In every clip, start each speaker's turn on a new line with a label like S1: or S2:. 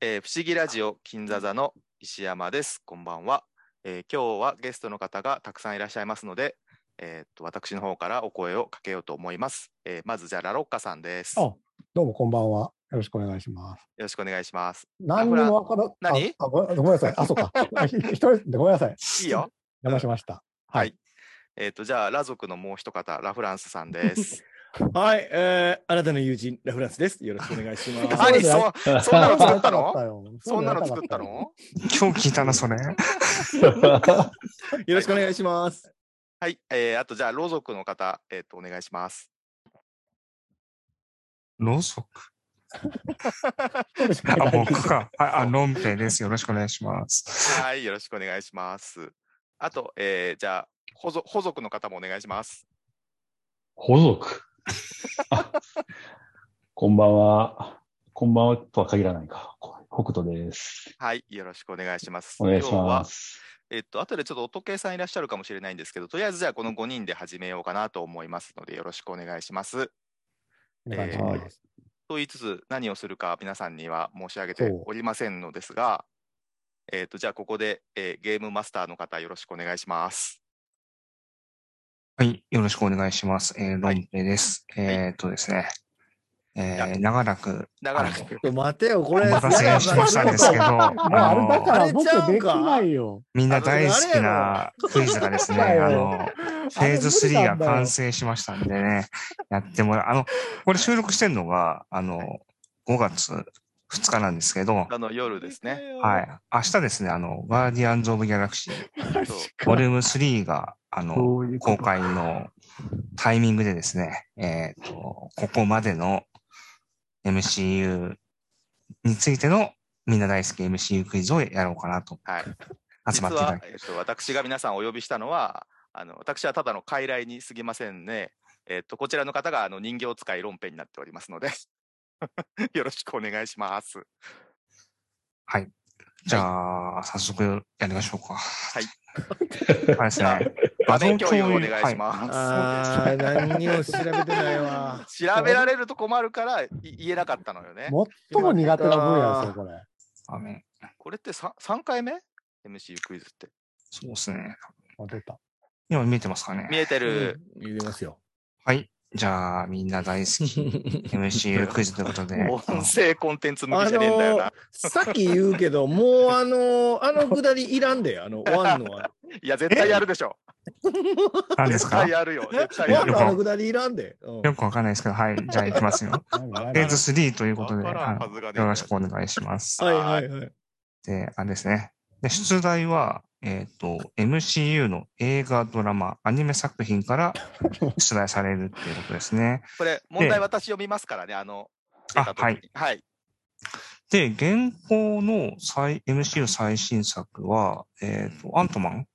S1: えー不思議ラジオ金座座の石山です。こんばんは、えー今日はゲストの方がたくさんいらっしゃいますので、えーっと私の方からお声をかけようと思います。えーまずじゃあラロッカさんです。
S2: あ
S1: よ
S2: どうもこんばんは。よろしくお願いします。
S1: ろしくお願いします。
S2: 何にもわから
S1: 何
S2: ああごごめんなさい。あ、そうか。ひ一人でごめんなさい。
S1: いいよ。
S2: 邪魔しました。
S1: は
S2: はいい。
S1: えーっとじゃあラ族のもう一方ラフランスさんです。
S3: はい、えー、あなたの友人、ラフランスです。よろしくお願いし ます。
S1: 何そそんなの作ったの？
S2: の
S1: そんなの作ったの？
S4: 今日聞いたな、それ。
S3: よろしくお願いします。
S1: はい。えーあとじゃあロ族の方えーっとお願いします。
S4: ろうそく
S2: そうです
S4: あ、
S2: ね
S4: 僕か。はい、 あ、のんぺいです。よろしくお願いします。
S1: はいよろしくお願いします。あと、えーじゃあホ族ホ族の方もお願いします。
S5: 保族。あこんばんは。こんばんはとは限らないか。北斗です。
S1: はい、よろしくお願いします。
S5: お願いし
S1: 今日は
S5: ま、す。
S1: えっと、後でちょっと音計さんいらっしゃるかもしれないんですけど、とりあえずじゃあこの5人で始めようかなと思いますので、よろしくお願いします。
S2: お願いします
S1: と言いつつ、何をするか皆さんには申し上げておりませんのですが、えっと、じゃあここで、えーゲームマスターの方、よろしくお願いします。
S4: はい、よろしくお願いします。えー、の
S1: はい
S4: んぺいです。えーっとですね。え
S1: い
S4: ー、長らく
S1: だから、
S4: あ
S3: ちょ待てよ、こ
S4: お
S3: れ。
S4: 待たせしましたんですけど、あ
S2: もうあれだから
S4: の、
S2: 僕できないよ。
S4: みんな大好きなクイズがですね、
S2: あれ
S4: あ
S2: だよ
S4: の、フェーズ3が完成しましたんでね、やってもらう。あの、これ収録してるのが、あの、5月2日なんですけど、
S1: あの夜です ね。。
S4: はい。明日ですね、あの、ガーディアンズ・オブ・ギャラクシー、ボリューム3が、あの、
S5: ういう
S4: 公開のタイミングでですね、えっ、と、ここまでの MCU についてのみんな大好き MCU クイズをやろうかなと
S1: はい。実
S4: 集まっていただ
S1: は、
S4: き
S1: えっと、私が皆さんお呼びしたのは、あの私はただの傀儡に過ぎませんね。えっと、こちらの方があの人形使い論編になっておりますので、 よろしくお願いします。。
S4: じゃあ、早速やりましょうか。はい あれです
S1: じゃあ
S4: ね。
S1: 画面共有お願いし
S4: は
S1: ます。
S3: あー、何にも調べてないわ。
S1: 調べられると困るからい言えなかったのよね。
S2: 最も苦手な分野ですよ、これ。
S4: 画面
S1: これって 3, 三回目 ?MCU クイズって。
S4: そうですね。
S2: あ出た。
S4: 今見えてますかね
S1: 見。えて
S3: うん
S1: る。
S3: 言えま すよ。
S4: はい。じゃあ、みんな大好き MCU クイズということで。
S1: 音声コンテンツ向
S3: あ
S1: きじゃねえんだよ
S3: の
S1: な。
S3: さっき言うけど、もうあの、あのくだりいらんで、あの、ワンの あ
S1: いや、絶対やるでしょ。
S4: 何です
S1: 絶
S4: か
S1: 対やるよ。絶対
S3: の。
S1: や
S3: ワン
S1: る
S3: のあ
S1: よ。
S3: のくだりいらんで。うん
S4: よくわかんないですけど、はい。じゃあ、いきますよ。
S2: 何何
S4: フェーズ3ということで、
S1: わからん
S4: は
S1: は
S4: い
S1: ずがねえ
S4: よろしくお願いします。
S3: はいはいはい。
S4: で、あれですね。で、出題は、えっ、と、MCU の映画、ドラマ、アニメ作品から出題されるっていうことですね。
S1: これ、問題私読みますからね、あの、
S4: あ
S1: 出た時
S4: はい。
S1: はい。
S4: で、現行の最 MCU 最新作は、えっ、と、アントマン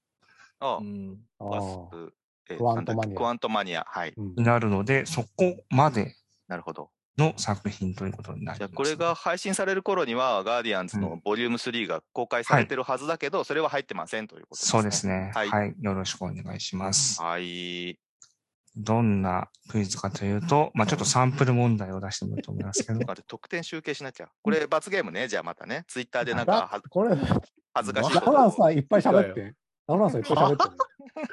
S1: あ
S3: うん
S2: あ
S1: ワ
S2: ー
S1: スプえ
S2: クワント
S1: なん
S2: マニア
S1: だっけクワントマニア。はい。
S2: うん
S4: になるので、そこまで
S1: なるほど。
S4: の作品ということになり
S1: じゃ
S4: ま
S1: あ
S4: す。
S1: これが配信される頃には、ガーディアンズ
S4: う
S1: のボリューム3が公開されてるはずだけど、それは入ってませんということですね。
S4: そうですね、
S1: は
S4: はいい。よろしくお願いします。
S1: はい。
S4: どんなクイズかというと、まあちょっとサンプル問題を出してもらうと思いますけど、
S1: あれ、得点集計しなきゃ。これ、罰ゲームね、じゃあまたね。ツイッターでなんかは
S2: だこれ、
S1: 恥ずかしい
S2: ラ
S1: こと
S2: フ
S1: を。
S2: ランスさんいっぱい喋って。ラフランスさんいっぱい喋って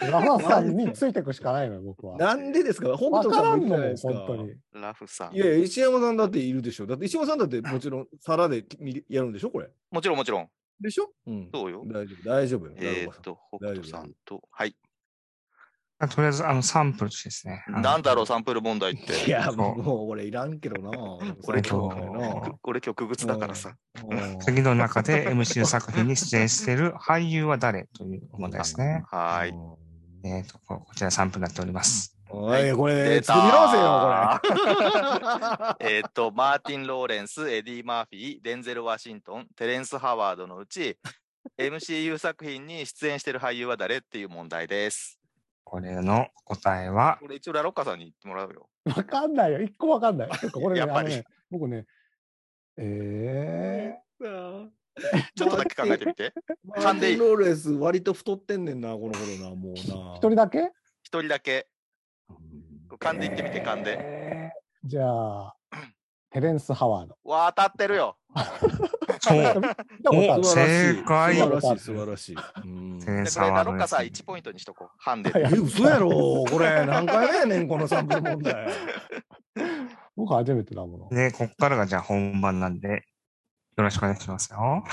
S2: る。ラフランスさんについてくしかないのよ、僕は。
S3: なんでですか本
S2: わ
S3: 当
S2: からんの
S3: ない
S2: も、
S3: ですか
S2: 本当に。
S1: ラフさん
S3: い。やいや、石山さんだっているでしょ。だって石山さんだってもちろん皿で見るやるんでしょこれ。
S1: もちろん、もちろん。
S3: でしょうん。
S1: そうよ。
S3: 大丈夫、大丈夫よ。
S1: え
S3: ラ
S1: ー
S3: ロ
S1: っ
S3: カ
S1: と、北斗さんと。はい。
S4: あとりあえずあのサンプルとしてですね。あの
S1: なんだろう、サンプル問題っ
S3: さん
S1: て。
S3: いや、
S4: そう
S3: もう俺いらんけどな。
S1: これ
S3: そんなの
S4: 今日
S3: な
S1: これ、曲物だからさ。
S3: うん
S4: 次の中 で MCU 作品に出演している俳優は誰という問題ですね。
S1: はー い。
S4: えっ、とこ、こちらサンプルになっております。
S3: おい、こ
S1: 出
S3: れ、
S1: た
S3: 作り直せよ、
S1: えーっと、マーティン・ローレンス、エディ・マーフィー、デンゼル・ワシントン、テレンス・ハワードのうち、MCU 作品に出演してる俳優は誰っていう問題です。
S4: これの答えは、
S1: これ一応ラロッカさんに言ってもらうよ。
S2: わかんないよ。一個わかんない。てかこれね、
S1: やっぱ
S2: あの
S1: り
S2: ね、僕ね、え
S3: これ。
S1: ちょっとだけ考えてみて。
S3: マーティンローレンス、割と太ってんねんな、この頃な、も
S2: ー、
S3: うな。
S2: 一
S3: 一
S2: 人だけ
S1: 一人だけ。噛んでいってみて、噛んで。
S2: で。じゃあ、テレンス・ハワード。
S1: わあ、当たってるよ。
S4: そう。
S2: 見たことあ
S4: お
S2: る
S4: 素晴らしい正
S3: 素
S4: 解
S3: 晴らしい、素晴らしい。うん
S4: 天
S1: でこれ
S4: 才
S1: ラ
S4: は
S1: ロッカさん1ポイントにしとこう。ハンデで
S2: は
S3: え嘘やろこれ、何回目やねん、このサンプル問題。
S2: 僕初めてだもの。
S4: で、こっからがじゃあ本番なんで、よろしくお願いしますよ。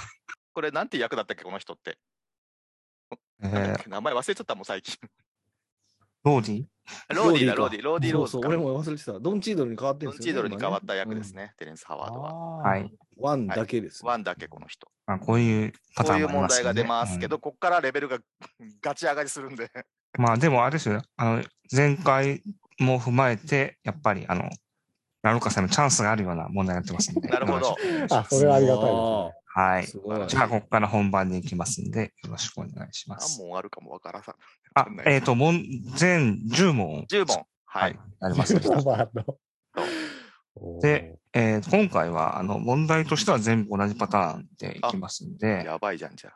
S1: これなんて役だったっけこの人って。
S4: え
S1: なんだっ
S4: ー、
S1: け名前忘れちゃったもん最近。
S4: ローディ
S1: ローディーだロ
S3: ロ
S1: ー
S3: ー
S1: デ
S3: デ
S1: ィーローディーロー
S3: そう
S1: ズ
S3: そう、
S1: か。
S3: 俺も忘れてた。ドンチードルに変わって
S1: ドン
S3: るんです
S1: チードルに変わった役です
S3: ね。
S1: ね。テレンス・ハワードは。
S2: は
S4: はい。。
S3: 今ワンだけですね。
S1: ワンだけこの人。
S4: まあ、こういうパタ
S1: こう
S4: ーン
S1: い
S4: も
S1: う
S4: あ
S1: 問
S4: ります
S1: 題が出ますけ
S4: ど
S1: ど、ここからレベルが ガチ上がりするん で。
S4: まあでもあれですよ、あの、前回も踏まえて、やっぱりあの、ラロカさんのチャンスがあるような問題になってますんで。
S1: なるほど。
S2: あ、それはありがたいですね。
S4: はい。
S3: すごい。
S4: じゃあ、ここから本番に行きますんで、よろしくお願いしま
S1: 何
S4: す。
S1: 問あるかもわからさ。
S4: あ
S1: 問、
S4: えっ、と、もん全10問。
S1: 10問。は
S4: はいい。。あります
S2: ジョーバーの
S4: で、 えー今回は、あの、問題としては全部同じパターンでいきますんで、
S1: やばいじゃんじゃ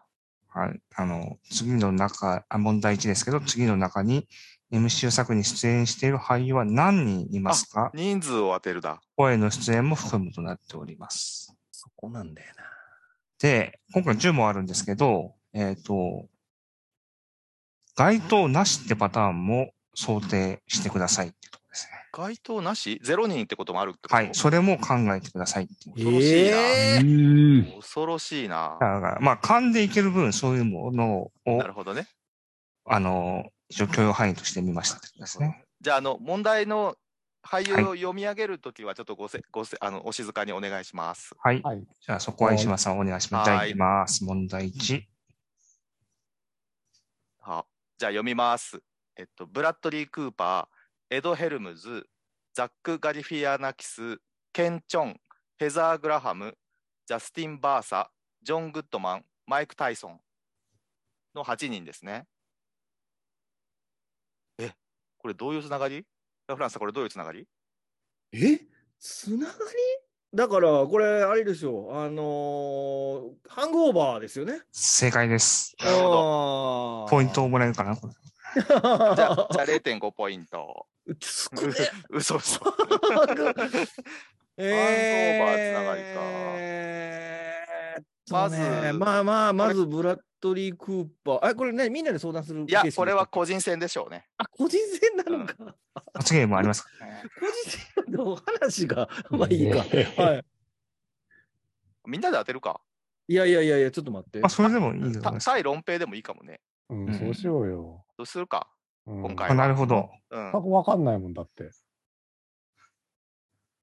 S1: あ。
S4: はい。あの、次の中、あ問題1ですけど、次の中に MC 作に出演している俳優は何人いますか
S1: 人数を当てるだ。
S4: 声の出演も含むとなっております。
S3: そこなんだよな。
S4: で、今回10問あるんですけど、えっ、と、該当なしってパターンも想定してくださいってとこですね。
S1: 該当なし ?0 人ってこともあるってこと
S4: はい。それも考えてくださいっていう。
S1: 恐ろしいな
S3: え
S5: う
S3: ー
S5: ーん。
S1: 恐ろしいな
S4: だ。から、まあ、勘でいける分、そういうものを
S1: な、るほどね。
S4: あの、一応許容範囲としてみましたってことですね。
S1: じゃあ、あの、問題の俳優を読み上げるときは、ちょっとごせ、ごせ、あの、お静かにお願いします。
S4: はい。
S2: はい。
S4: じゃあ、そこは石間さんお願いします。じゃ
S1: は
S4: あ、
S1: い
S4: いきます。問題1。
S1: はじゃあ、読みます。えっと、ブラッドリー・クーパー、エド・ヘルムズ、ザック・ガリフィアナキス、ケン・チョン、ヘザー・グラハム、ジャスティン・バーサ、ジョン・グッドマン、マイク・タイソンの8人ですね。え、これどういうつながりラフランスさん、これどういうつながり
S3: えつながりだから、これ、あれでしょう。あのー、ハングオーバーですよね。
S4: 正解です。
S1: なるほど
S3: ど
S4: ポイントをもらえるかなこれ。
S1: じゃあ、じゃあ0.5ポイント。
S3: す
S1: う 嘘嘘。ハングオーバーつながりか
S3: えーっとねまあまあ、まずブラッドリー・クーパー。あ、これね、みんなで相談する
S1: いや
S3: 形、式
S1: これは個人戦でしょうね。
S3: あ、個人戦なのか。個
S4: 罰ゲームありますか
S3: 人戦の話が、まあいいか。はい。
S1: みんなで当てるか。
S3: いやいやいやいや、ちょっと待って
S4: まあ、。それでもいいと思い
S1: た
S4: ます。
S1: 対論平でもいいかもね。
S2: うん、そうしようよ。
S1: どうするか。
S2: うん
S1: 今回
S4: あなるほど。
S1: うん
S2: 全。くわかんないもんだって。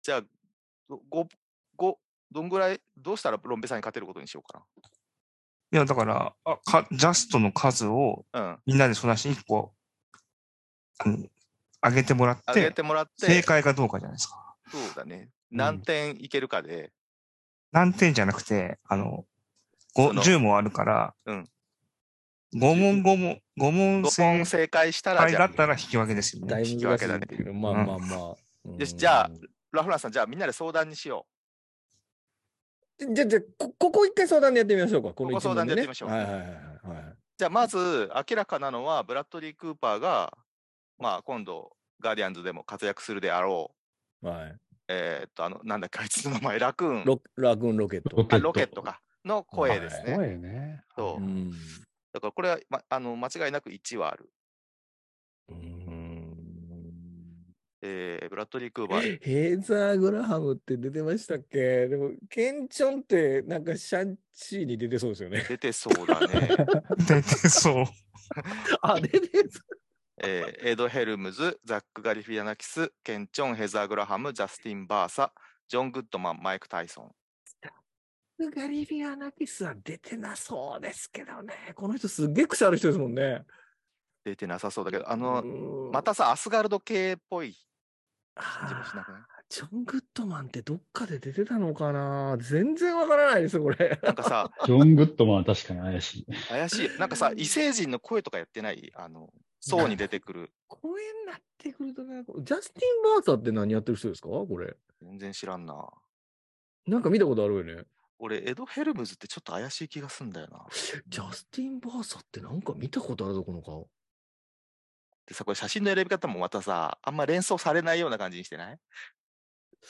S1: じゃあ、ご、ご、どんぐらい、どうしたらロンペさんに勝てることにしようか
S4: いや、だから、あかジャストの数を
S1: な。うん。
S4: みんなで相談して1個、うん上げてもらっ
S1: 上げ
S4: て、
S1: てもらって、
S4: 正解かどうかじゃないですか。
S1: そうだね。何点いけるかで、
S4: 何点じゃなくて、あの、ご
S1: その
S4: 10問あるから、
S1: うん
S4: 五5問5問、五問
S1: 5問
S4: 正
S1: 正解したら、
S4: 解
S1: じ
S4: だ
S1: ゃあ
S4: っ、たら引き分けですよ
S3: だ
S4: ね。
S3: いぶ難しい
S1: 引
S3: ん
S1: き分
S3: だ
S1: け
S3: けど。まあまあまあ。
S1: よしじゃあ
S3: うん
S1: ラフランさん、じゃあみんなで相談にしよ
S3: じゃあ、じゃあこ、ここ一回相談でやってみましょうか。この
S1: こ
S3: 一
S1: こ相談で
S3: 問
S1: やってみ
S3: ね
S1: ましょう
S3: はいはいはいはい。
S1: う。じゃあ、まず、明らかなのは、ブラッドリー・クーパーが、まあ、今度、ガーディアンズでも活躍するであろう。
S3: はい。
S1: えーっと、あの、なんだっけ、あいつの名前、ラクーン。
S3: ロラグーンロケット
S5: ロ。
S1: あロケットか。の声ですね。
S2: すごいね。
S1: そうう。
S3: ん。
S1: だからこれは、ま、あの間違いなく1はある。
S3: うん
S1: えー、ブラッドリー・クーバー。
S3: ヘーザー・グラハムって出てましたっけでも、ケンチョンってなんかシャンチーに出てそうで すよね。
S1: 出てそうだね。
S4: 出てそう。
S3: あ、出てそ
S1: えーエド・ヘルムズ、ザック・ガリフィアナキス、ケン・チョン、ヘザー・グラハム、ジャスティン・バーサ、ジョン・グッドマン、マイク・タイソン。
S3: う。ガリビアナキスは出てなそうですけどね。この人すっげえ癖ある人ですもんね。
S1: 出てなさそうだけど、あ
S3: あ
S1: の、ま、たさ、アスガルド系っぽい感じもしなくない
S3: ジョン・グッドマンってどっかで出てたのかな全然わからないですよ、これ。
S1: なんかさ、
S5: ジョン・グッドマンは確かに怪しい。
S1: 怪しいよ。なんかさ、異星人の声とかやってない、あの、層に出てくる。
S3: 公演になってくるとね、ジャスティン・バーサーって何やってる人ですかこれ。
S1: 全然知らんな。
S3: なんか見たことあるよね。
S1: 俺、エド・ヘルムズってちょっと怪しい気がすんだよな。
S3: ジャスティン・バーサーってなんか見たことあるぞ、この顔。
S1: でさ、これ写真の選び方もまたさ、あんま連想されないような感じにしてない
S3: マ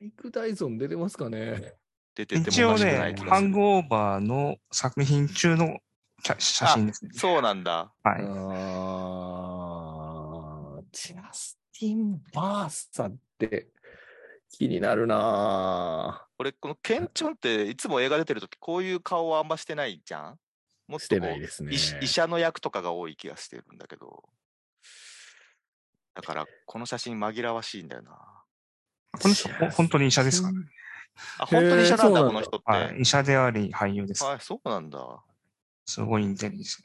S3: イク・ダイソン出てますかね
S1: 出てて
S4: 一
S1: もお
S4: 応
S1: かしくない
S4: ね
S1: 気、が
S4: ハ
S1: する
S4: ングオーバーの作品中の写写真ですね。
S1: そうなんだ。
S4: はい。
S3: あージャスティン・バーサって気になるな
S1: 俺、このケンチョンっていつも映画出てるとき、こういう顔はあんましてないじゃんもっ
S3: し
S1: と
S3: て
S1: こ
S3: な
S1: う
S3: いですね
S1: 医。師医者の役とかが多い気がしてるんだけど。だから、この写真紛らわしいんだよな。
S4: この人、ほ本当に医者ですから、ね。
S1: あ、本当に医者なんだ、
S3: へー
S1: この人って。
S4: はい。医者であり、俳優です。
S1: はい、そうなんだ。
S4: すごいインテリです。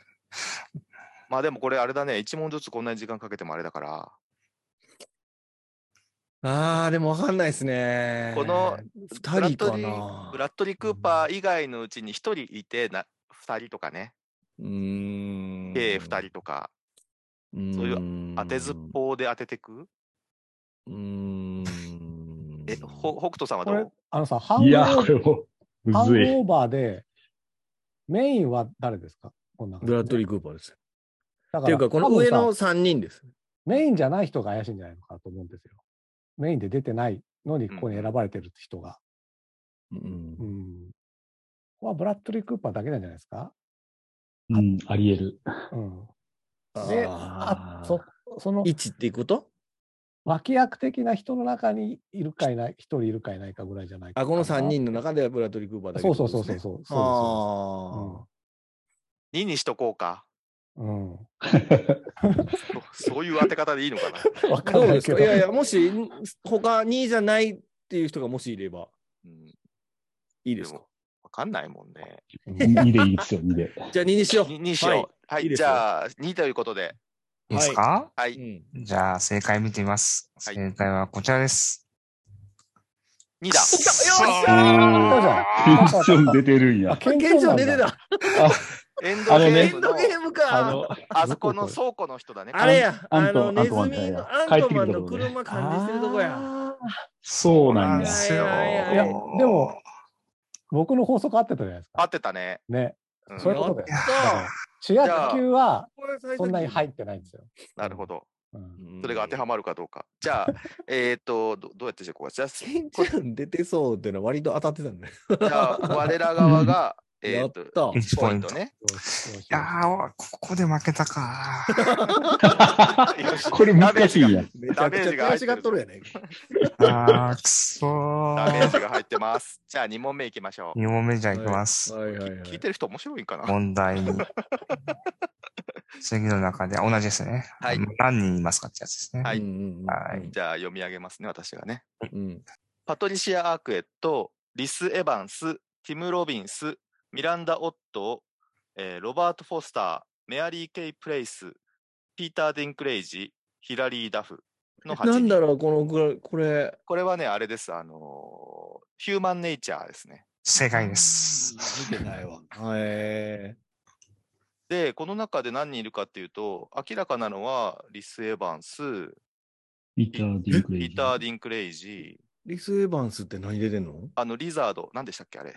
S1: まあでもこれあれだね、一問ずつこんなに時間かけてもあれだから、
S3: ああ、でもわかんないですね。
S1: このブラ
S3: 2
S1: ッ
S3: 人
S1: ド
S3: か
S1: リ
S3: な
S1: ー・ブラッドリー・クーパー以外のうちに1人いてな、2人とかね、
S3: うーん。
S1: 計2人とか、
S3: 人
S1: そういう当てずっぽうで当ててく。
S3: うーん。
S1: え、ほ北斗さんは
S2: こ
S1: ど
S2: れ
S1: う、
S2: あのさ、ハン
S5: い
S2: グオ
S5: や、これ
S2: ー
S5: も、
S2: ハン
S5: む
S2: グ
S5: ずい。
S2: オーバーで、メインは誰ですかこんな
S3: ブラッドリー・クーパーです。
S2: だ
S3: っていうか、この
S2: 多分
S3: 上
S2: さ
S3: の3人です。
S2: メインじゃない人が怪しいんじゃないのかなと思うんですよ。メインで出てないのに、ここに選ばれてる人が。
S3: うん
S2: うん。ここはブラッドリー・クーパーだけなんじゃないですか
S5: うん、あり得る。
S2: うん。で、
S3: あ
S2: あ
S3: ー
S2: そ、その、
S3: 一っていうこと
S2: 脇役的な人の中にいるかいない、一人いるかいないかぐらいじゃないか
S3: あ、この3人の中でブラッドリー・クーパーだけ
S2: そうそうそうそう
S3: って
S2: そう。
S3: ことですねあ
S1: 2にしとこうか。
S2: あ。うん。うん
S1: そそういう当て方でいいのかな。
S2: わ
S3: あ。
S2: か
S3: ど
S2: ん
S3: う
S2: ない
S3: です
S2: け
S3: か
S2: ど。
S3: いやいや、もし、他2じゃないっていう人がもしいれば、
S1: うん、
S3: いいですか
S1: わかんないもんね。
S5: 2でいいですよ、2で。
S3: じゃあ2にしよう。
S1: 2にしよう。はい、
S3: いいです
S1: じ
S3: よ
S1: ゃあ2ということで。
S4: いいですか、
S1: は
S3: う
S1: い、
S3: ん
S4: じゃあ、正解見てみます。
S1: はい
S4: 正解はこちらです。
S1: 2だ。
S4: くそ
S1: よっし
S2: そうじゃん
S4: ゃ
S5: ミッション出てるんや。
S2: ケ
S3: ケンちゃん出
S2: なん
S3: て
S2: だ
S3: た。
S1: エンド
S5: あの
S1: ゲ
S5: ね
S3: エ
S1: ーム
S3: ン
S1: の
S3: ドゲーム
S5: あ
S3: か。
S5: の、
S1: あそこの倉庫の人だね。
S3: あれや、
S5: アン
S3: あの、
S5: ア
S3: ネ
S5: ン
S3: ズ
S5: トマン
S3: ミ
S5: じゃ
S3: の
S5: ないや
S3: アントマン
S5: 帰ってくる
S3: の
S5: とこね
S3: 車管理してるとこや。
S5: そうなん
S4: で
S5: や。
S4: すよ。
S3: いや
S2: いや、でも、僕の法則合ってたじゃないです
S1: 合
S2: か
S1: っ。てたね。
S2: ね。
S1: うん
S2: そういうことだよ
S3: やっ
S2: だから主役級は
S3: と
S2: そんなに入ってないんですよ。
S1: なるほど。
S2: うん
S1: それが当ては
S3: ま
S1: まるかどうか。じゃあ、えっとど、どうやってじゃあこうか。じゃあ、
S3: ケンちゃん出てそうっていうのは割と当たってたんだよ。
S1: じゃあ我ら側が、え
S3: や
S1: ー
S3: っ
S1: っと、
S3: た。
S4: 1
S1: ポ
S4: ポ
S1: イ
S4: イ
S1: ン
S4: ン
S1: ト
S4: ト。
S1: ね。
S2: よしよし
S4: いやー、おここで負けたか。
S5: これ難しいやん。
S3: めちゃくちゃ悔しがっとるやね
S4: あー、くそー。
S1: ダメージが入ってます。じゃあ、2問目いきましょう。
S4: 2問目じゃあいきます。
S3: はいはいはい。
S1: 聞いてる人面白いんかな
S4: 問題に。次の中で同じですね。
S1: はい
S4: 何人いますかってやつですね。
S1: はい
S4: は
S1: じゃあ、読み上げますね、私がね。
S3: うん。
S1: パトリシア・アークエット、リス・エヴァンス、ティム・ロビンス、ミランダ・オットー、えーロバート・フォスター、メアリー・ケイ・プレイス、ピーター・ディンクレイジ、ヒラリー・ダフの8人。
S3: なんだろう、このぐらい、これ。
S1: これはね、あれです。あのーヒューマン・ネイチャーですね。
S4: 正解です。
S3: 見てないわ。へ
S1: で、この中で何人いるかっていうと、明らかなのは、リス・エヴァンス、
S5: ピーター・ディン
S1: ピ
S5: クレイジ
S1: ーター・ディンクレイジ、
S3: リス・エヴァンスって何出てんの
S1: あの、リザード、何でしたっけ、あれ。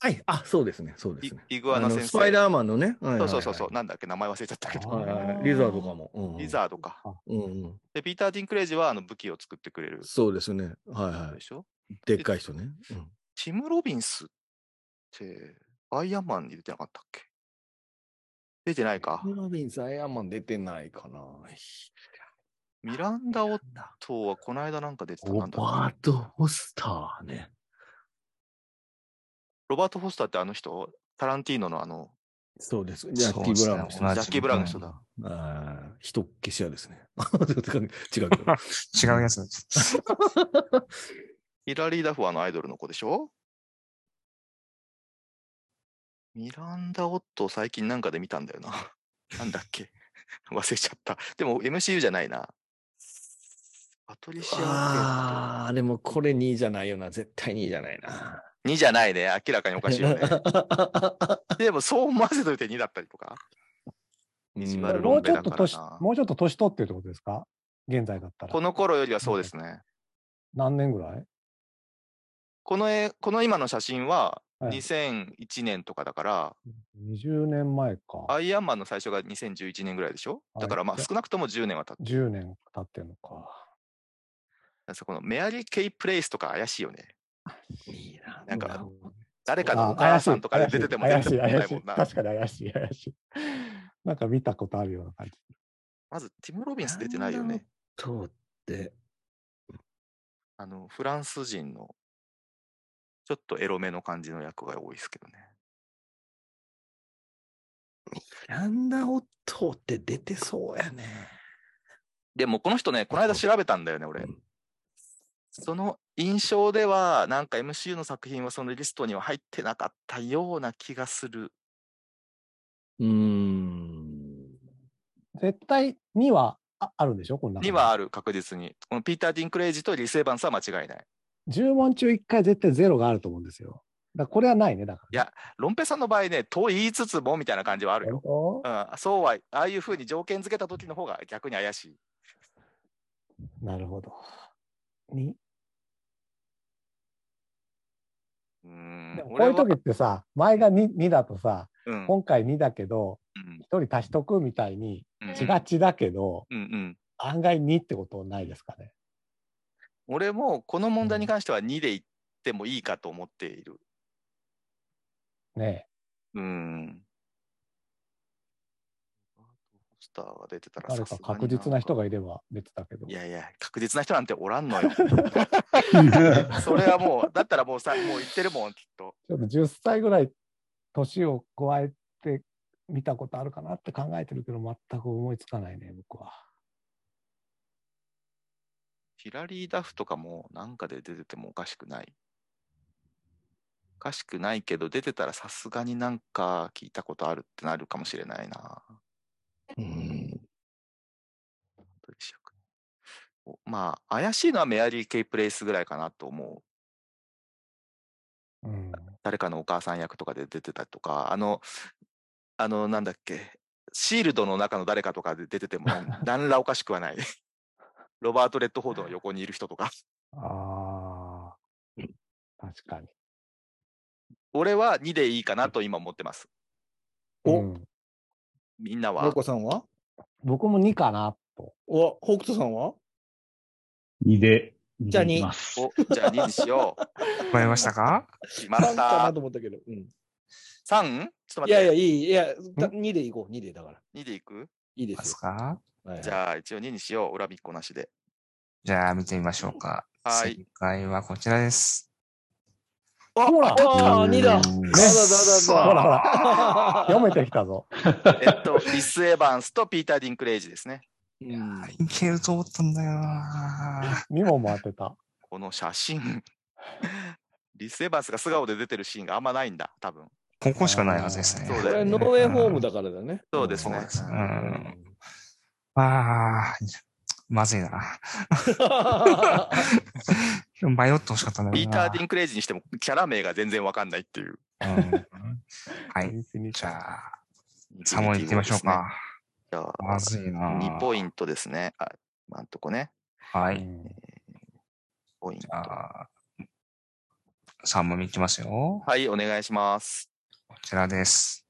S3: はい。あ、そうですね。そうで
S1: イ
S3: すね。
S1: イグアナ先生。
S3: スパイダーマンのね。
S1: そうそうそうそう、なんだっけ、名前忘れちゃったけど。
S2: はいはい
S3: リザードかも。
S1: リザードか。
S3: うんうん。
S1: で、ピーター・ディンクレイジは、あの、武器を作ってくれる。
S3: そうですね。はいは
S1: でしょ
S3: い。でっかい人ね。うん
S1: ティム・ロビンスって、アイアンマンに出てなかったっけ出てないか
S3: テ。ィムロビンス、アイアンマン出てないかな。
S1: ミランダ・オットーは、この間なんか出てた、
S3: ロ
S1: なんだっけ
S3: バート・ホスターね。
S1: ロバート・フォスターってあの人タランティーノのあの、
S3: そうです。ジャ
S4: そ
S3: ッキー・
S4: うで
S3: ブ
S4: す
S3: ラ
S4: ね
S3: ウンの
S1: ジ
S3: 人
S4: 同じ
S1: ャッキー・ブラウンの人だ。
S3: ああ、人消し屋ですね。 違うけど。
S4: 違うやつです。
S1: ヒラリー・ダフはあのアイドルの子でしょミランダ・オットを最近なんかで見たんだよな。 なんだっけ 忘れちゃった。でも MCU じゃないな。パトリシア・
S3: ああ、でもこれ2位じゃないよな。絶対2位じゃないな。
S1: 2じゃないね。明らかにおかしいよ ね。でもそう思わせといて2だったりとか。
S3: うん
S1: 意地悪
S2: も
S1: 論
S2: うち
S1: 弁
S2: ょ
S1: だ
S2: っ
S1: か
S2: と
S1: らな
S2: 年、もうちょっと年取ってるってことですか現在だったら
S1: こ。の頃よりはそうですね。
S2: 何年ぐらい
S1: この絵、この今の写真は
S2: はい
S1: 2001年とかだから、
S2: ?20 年前か。
S1: アイアンマンの最初が2011年ぐらいでしょ
S2: はい
S1: だからまあ
S2: じゃ
S1: 少なくとも10年は経って
S2: 10年経ってんのか。
S1: る。このメアリー・ケイ・プレイスとか怪しいよね。
S3: いいな。
S1: なんか
S2: なるほど
S1: 誰かの
S2: あ
S1: お母さんとかで出てても全
S2: 怪しい
S1: 然問
S2: 怪
S1: 題
S2: し
S1: も
S2: い
S1: んな。
S2: 確かに怪しい怪しい。なんか見たことあるような感じ。
S1: まず、ティム・ロビンス出てないよね。
S3: そうって。
S1: あの、フランス人の、ちょっとエロめの感じの役が多いですけどね。
S3: ランダオットーって出てそうやね。
S1: でも、この人ね、この間調べたんだよね、俺
S3: うん。
S1: その印象では、なんか MCU の作品はそのリストには入ってなかったような気がする。
S3: うーん。
S2: 絶対にはああるんでしょこんな。
S1: にはある、確実に。このピーター・ディンクレイジとリス・エヴァンスは間違いない。
S2: 10問中1回絶対ゼロがあると思うんですよ。だからこれはないね、だから。
S1: いやロンペさんの場合ね、と言いつつもみたいな感じはあるよ。
S2: 本
S1: うん、そうは、ああいうふうに条件付けた時の方が逆に怪しい。
S2: 当なるほど。に
S1: うーん
S2: で、もこう
S1: 俺は
S2: いう時ってさ、前が 2, 2だとさ、
S1: うん、
S2: 今回2だけど、
S1: うん
S2: 1人足しとくみたいに
S1: うん
S2: しがちだけど、
S1: うんうん。
S2: 案外2ってことないですかね。
S1: 俺もこの問題に関しては2でいってもいいかと思っている。
S2: ね
S1: うん。ロバートフォスターが出てた
S2: え
S1: ら
S2: 誰
S1: さ
S2: か
S1: すがに
S2: 確実な人
S1: が。
S2: がいれば別だけど
S1: い。やいや、確実な人なんておらんのよ。
S5: う
S1: それはもう、だったらもうさ、もう言ってるもん、きっと。
S2: ちょっと10歳ぐらい年を加えて見たことあるかなって考えてるけど、全く思いつかないね、僕は。
S1: ヒラリー・ダフとかもなんかで出ててもおかしくない。おかしくないけど、出てたらさすがになんか聞いたことあるってなるかもしれないな。
S3: うん。
S1: どうでしょうかおまあ、怪しいのはメアリー・ケイ・プレイスぐらいかなと思う。
S2: うん。
S1: 誰かのお母さん役とかで出てたりとか、あの、あの、なんだっけ、シールドの中の誰かとかで出てても、何らおかしくはない。 ロバート・レッドフォードの横にいる人とか。
S2: ああ、確かに。
S1: 俺は2でいいかなと今思ってます。
S3: お
S2: うん
S1: みんな
S3: ロ
S1: は。
S3: コさんは
S2: 僕も2かなと。
S3: お、北斗さんは
S5: 2で、
S3: じゃあ
S5: 二でい
S3: 二
S5: きます。
S1: おじゃあ2にしよう。
S4: 聞こえましたか
S1: 決ま
S3: 3
S1: っ
S3: か
S1: た
S3: な。と思ったけど。うん、い
S1: 3? ちょっと待
S3: や
S1: っ
S3: いや、
S1: て。
S3: いい。いや、だ2でいこう。2でだから。
S1: 2でいく
S3: いいで
S4: ますす
S3: よ。
S4: か
S3: はいはい
S1: じゃあ一応2にしよう。恨みっこなしで。
S4: じゃあ見てみましょうか。
S1: はい
S4: 正解はこちらです。
S1: あ
S2: ほら
S3: あー二だ
S4: うん
S3: だだだ
S2: ほ
S3: あ
S2: らほら、
S3: あ
S2: 読めてきたぞ。
S1: えっと、リス・エヴァンスとピーター・ディンクレイジですね。
S3: うん
S4: いけると思ったんだよな
S2: 2問も当てた。
S1: この写真。 リス・エヴァンスが素顔で出てるシーンがあんまないんだ、多分。
S4: ここしかないはずですね。
S1: そう
S3: こ
S1: だ
S3: れ
S1: よね
S3: ノーウェイホームだからだね。
S1: そうです
S4: そう
S1: ね
S4: で。すね。うんああ、まずいな。 迷ってほしかったんだ
S1: ピー
S4: よな。
S1: ター・ディンクレイジにしてもキャラ名が全然わかんないっていう。
S4: うんはい。じゃあ、3問いってみましょうか。
S1: じゃあ、
S4: まずいな。
S1: 2ポイントですね。あ今んとこね。
S4: は
S2: う
S4: い。
S2: ん
S1: ポイント。
S4: あ3問目いきますよ。
S1: はい、お願いします。
S4: こちらです。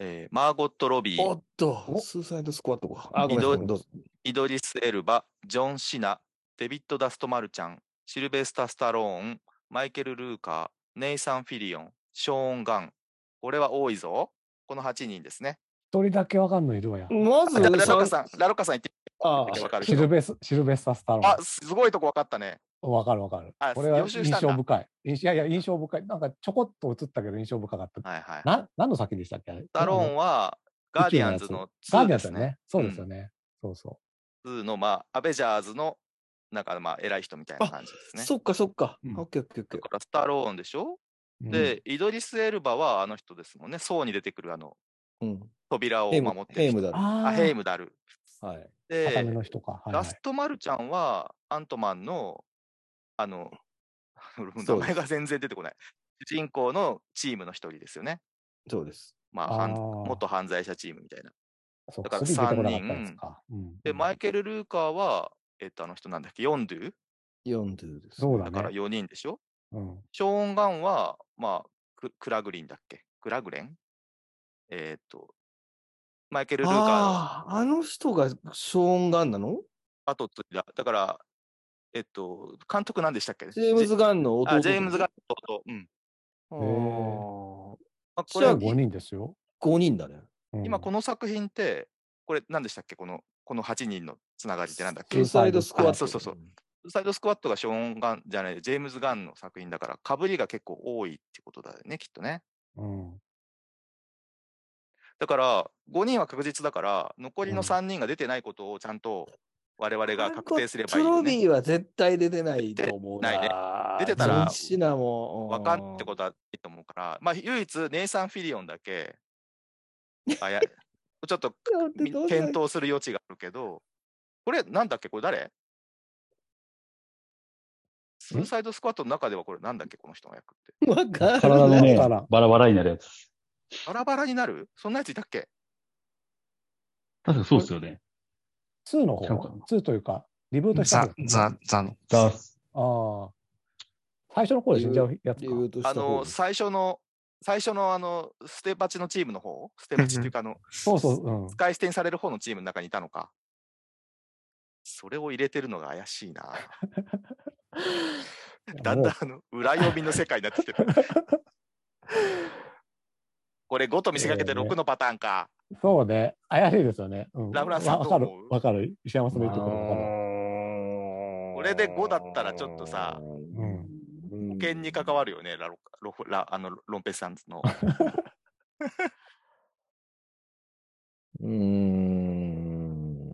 S1: えーマーゴット・ロビ
S3: お
S1: ー、
S3: っと、スーサイドスクワットか。あ、ごめん
S1: 移動
S3: ごめんどうぞ。
S1: イドリス・エルバ、ジョン・シナ、デビッド・ダスト・マルちゃん、シルベスタ・スタローン、マイケル・ルーカー、ネイサン・フィリオン、ショーン・ガン。これは多いぞ。この8人ですね。
S2: 一人だけわかんのいるわよ。
S3: ま
S1: あ
S3: ず、
S1: ラロカさん、ラロカさん言って
S3: あ
S1: みてわかる
S2: シ
S1: 人
S2: ルベス、シルベスタスタロ
S1: あ
S2: ー、
S1: すごいとこわかったね。
S2: ン。わかるわかる
S1: あ。
S2: これは
S1: 予習し
S2: 印
S1: たんだ
S2: 象深い。印いやいや、印象深い。なんかちょこっと映ったけど印象深かった。
S1: はいはい。ス
S2: な、何の先でしたっけあれ
S1: タローンは、ガーディアンズ
S2: 宇宙のや
S1: の
S2: ガー
S1: 2で
S2: ディアンだ
S1: す
S2: よ
S1: ね。
S2: ね。そうですよね。そうそ
S1: 2の、まあ、アベジャーズの、なんか、まあ、偉い人みたいな感じですね。
S3: そっかそっか。
S5: うん
S3: オッケーオッケーオッケ
S1: だか
S3: ー
S1: ら、スタローンでしょ
S2: う。
S1: で、イドリス・エルバはあの人ですもんね。ソーに出てくるあの、
S3: うん。
S1: 扉を
S3: ヘイム
S1: 守って
S3: ヘ
S1: る
S3: イム
S1: 人。
S3: だね。
S2: あ
S1: あ、ヘイ
S2: ム。
S1: ムダル。
S3: はい。
S2: 固
S1: で、
S2: めの人か。はいは
S1: ラ
S2: い
S1: ストマルちゃんはアントマンの、あの、
S3: そ
S1: 名
S3: うです
S1: 前が全然出てこない。主人公のチームの一人ですよね。
S3: そうです。
S1: まあ、
S2: あ
S1: 犯
S2: ー
S1: 元犯罪者チームみたいな。
S2: そう
S1: だから
S2: スリー出てこなかったやつか。うん
S1: で、マイケル・ルーカーは、えっと、あの人なんだっけ、ヨンドゥ
S3: 40です。
S2: そうだ
S1: だから
S2: ね。
S1: 4人でしょ、
S2: うん
S1: ショーン・ガンは、まあ、ククラグリンだっけクラグレンえっと、マイケル・ルーカーの
S3: ああ、あの人がショーン・ガンなの
S1: 後継いだ。だから、えっと、監督何でしたっけ
S3: ジェームズ・
S1: ガ
S3: ガンの弟。
S1: あ、ジェームズ・ガンの弟。うん。
S3: あ
S2: へ
S3: ー。
S1: まあ、こ
S3: じ
S1: れ
S3: ゃあ
S2: 5人ですよ。
S3: 5人だね。
S1: 今こ
S2: の
S1: の作品って、これ何でしたっけこの、この8人のつながりってなんだっけ
S3: スーサイドスクワット。
S1: あそうそうそう。サイドスクワットがショーン・ガンじゃない、ジェームズ・ガンの作品だから、かぶりが結構多いってことだよね、きっとね。、
S2: うん
S1: だから、5人は確実だから、残り
S2: う
S1: の
S2: ん
S1: 3人が出てないことをちゃんと我々が確定すれば
S3: ト
S1: いいよ
S3: ロ
S1: ね。
S3: ビーは絶対出てないと思うな。
S1: 出てないね出てたら
S3: ジョンシナも。
S1: わかんってことはないと思うから、まあ、唯一、ネイサン・フィリオンだけ、あ やちょっと
S3: と
S1: み検討する余地があるけど、これ、なんだっけこれ誰スーサイドスクワットの中ではこれなんだっけこの人の役って。
S3: わか
S5: 体
S3: ん
S5: の
S3: ない。
S5: ね
S2: だから、
S5: バラバラになるやつ。
S1: バラバラになるそんなやついたっけ
S5: 確かそうですよね。
S2: 2の
S5: ちゃうかな
S2: 方ツーというか、リブートした
S4: ザ
S2: ん、です
S4: ザ、ザの。
S5: ザ
S2: ああ。最初の頃死んじゃうやつ
S3: リ
S2: か。
S3: ブートした
S1: あ
S3: 方
S1: の、
S3: が
S1: 最初の、最初のあの、ステパチのチームの方ステパチっていうか、あの、
S2: そうそう、うん。
S1: 使い捨てにされる方のチームの中にいたのか。それを入れてるのが怪しいな。だんだんあの裏読みの世界になってきてる。これ5と見せかけて6のパターンか。
S2: そうね。怪しいですよね。うん、
S1: ラブランさん
S2: わわかる
S1: どう思う、
S2: わかる。石山さんの言うところわかる。
S1: これで5だったらちょっとさ、
S2: うん。
S1: 保険に関わるよね、ラロロフラあのロンペスさん の。
S3: うーん。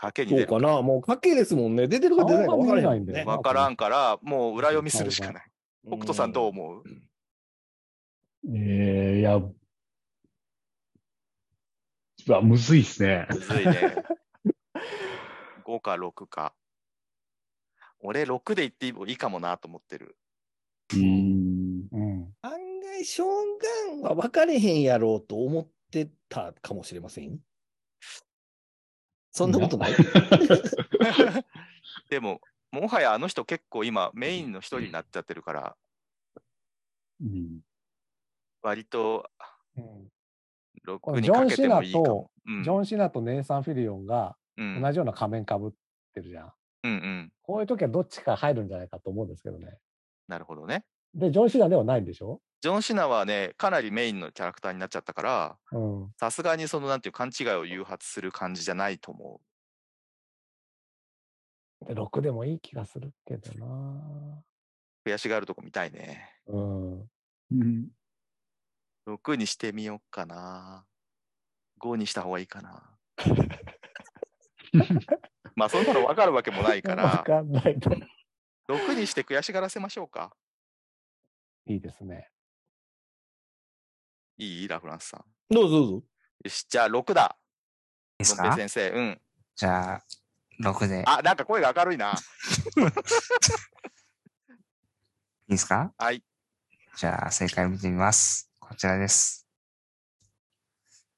S1: 賭けに
S3: そ
S1: 出る
S3: うかな。もう賭けですもんね。出てるか出てないか分からへん
S2: 顔
S3: もん
S2: が見えない
S3: ね
S2: んだ。よ
S1: わからんから、もう裏読みするしかない。北斗さんどう思う
S5: えー、いや、うわ、むずいっすね。
S1: むずい ね。5か6か。俺6で言ってもいいかもなと思って る。
S5: うーん。
S2: うん。
S3: 案外、ショーンガンは分かれへんやろうと思ってたかもしれません。そんなことない。
S1: でも、もはやあの人結構今メインの一人になっちゃってるから、
S5: うん
S1: 割と
S2: うん
S1: 6にかけてもいいかも。うん
S2: ジョン・シナとネイサン・フィリオンが
S1: うん
S2: 同じような仮面かぶってるじゃん。
S1: うんうん。
S2: こういう時はどっちか入るんじゃないかと思うんですけどね。
S1: なるほどね。
S2: で、ジョン・シナではないんでしょ
S1: ジョン・シナはね、かなりメインのキャラクターになっちゃったから、
S2: うん。
S1: さすがにそのなんていう勘違いを誘発する感じじゃないと思
S2: で、6でもいい気がするけどな。
S1: う。悔しがるとこ見たいね。
S2: うん。
S5: うん。
S1: 6にしてみようかな。5にした方がいいかな。まあそんなの分かるわけもないから、
S2: わかんないと。
S1: 6にして悔しがらせましょうか。
S2: いいですね。
S1: いいラフランスさん。
S3: どうぞどうぞ。
S1: よし、じゃあ6だ。
S4: で
S1: ロ
S4: す
S1: ンペ
S4: か
S1: イ先生、うん。
S4: じゃあ、6で。
S1: あ、なんか声が明るいな。
S4: いいですか
S1: はい。
S4: じゃあ、正解を見てみます。こちらです。